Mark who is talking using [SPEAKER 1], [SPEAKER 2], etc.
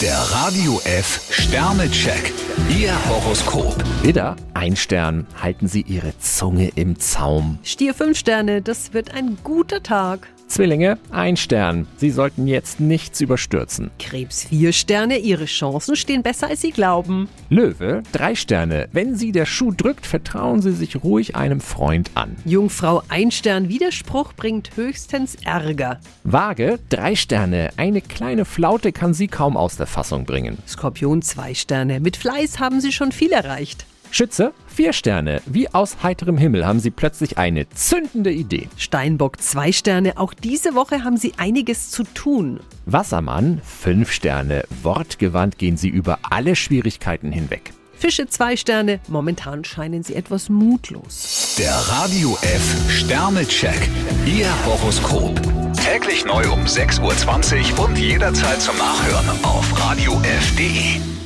[SPEAKER 1] Der Radio F Sternecheck. Ihr Horoskop.
[SPEAKER 2] Widder, ein Stern, halten Sie Ihre Zunge im Zaum.
[SPEAKER 3] Stier 5 Sterne, das wird ein guter Tag.
[SPEAKER 2] Zwillinge, ein Stern, Sie sollten jetzt nichts überstürzen.
[SPEAKER 3] Krebs 4 Sterne, Ihre Chancen stehen besser, als Sie glauben.
[SPEAKER 2] Löwe, drei Sterne, wenn Sie der Schuh drückt, vertrauen Sie sich ruhig einem Freund an.
[SPEAKER 3] Jungfrau 1 Stern, Widerspruch bringt höchstens Ärger.
[SPEAKER 2] Waage, drei Sterne, eine kleine Flaute kann Sie kaum aus der Fassung bringen.
[SPEAKER 3] Skorpion 2 Sterne, mit Fleiß haben Sie schon viel erreicht.
[SPEAKER 2] Schütze, vier Sterne, wie aus heiterem Himmel haben Sie plötzlich eine zündende Idee.
[SPEAKER 3] Steinbock 2 Sterne, auch diese Woche haben Sie einiges zu tun.
[SPEAKER 2] Wassermann, fünf Sterne, wortgewandt gehen Sie über alle Schwierigkeiten hinweg.
[SPEAKER 3] Fische 2 Sterne, momentan scheinen Sie etwas mutlos.
[SPEAKER 1] Der Radio F Sternecheck. Ihr Horoskop. Täglich neu um 6.20 Uhr und jederzeit zum Nachhören auf Radio radiof.de.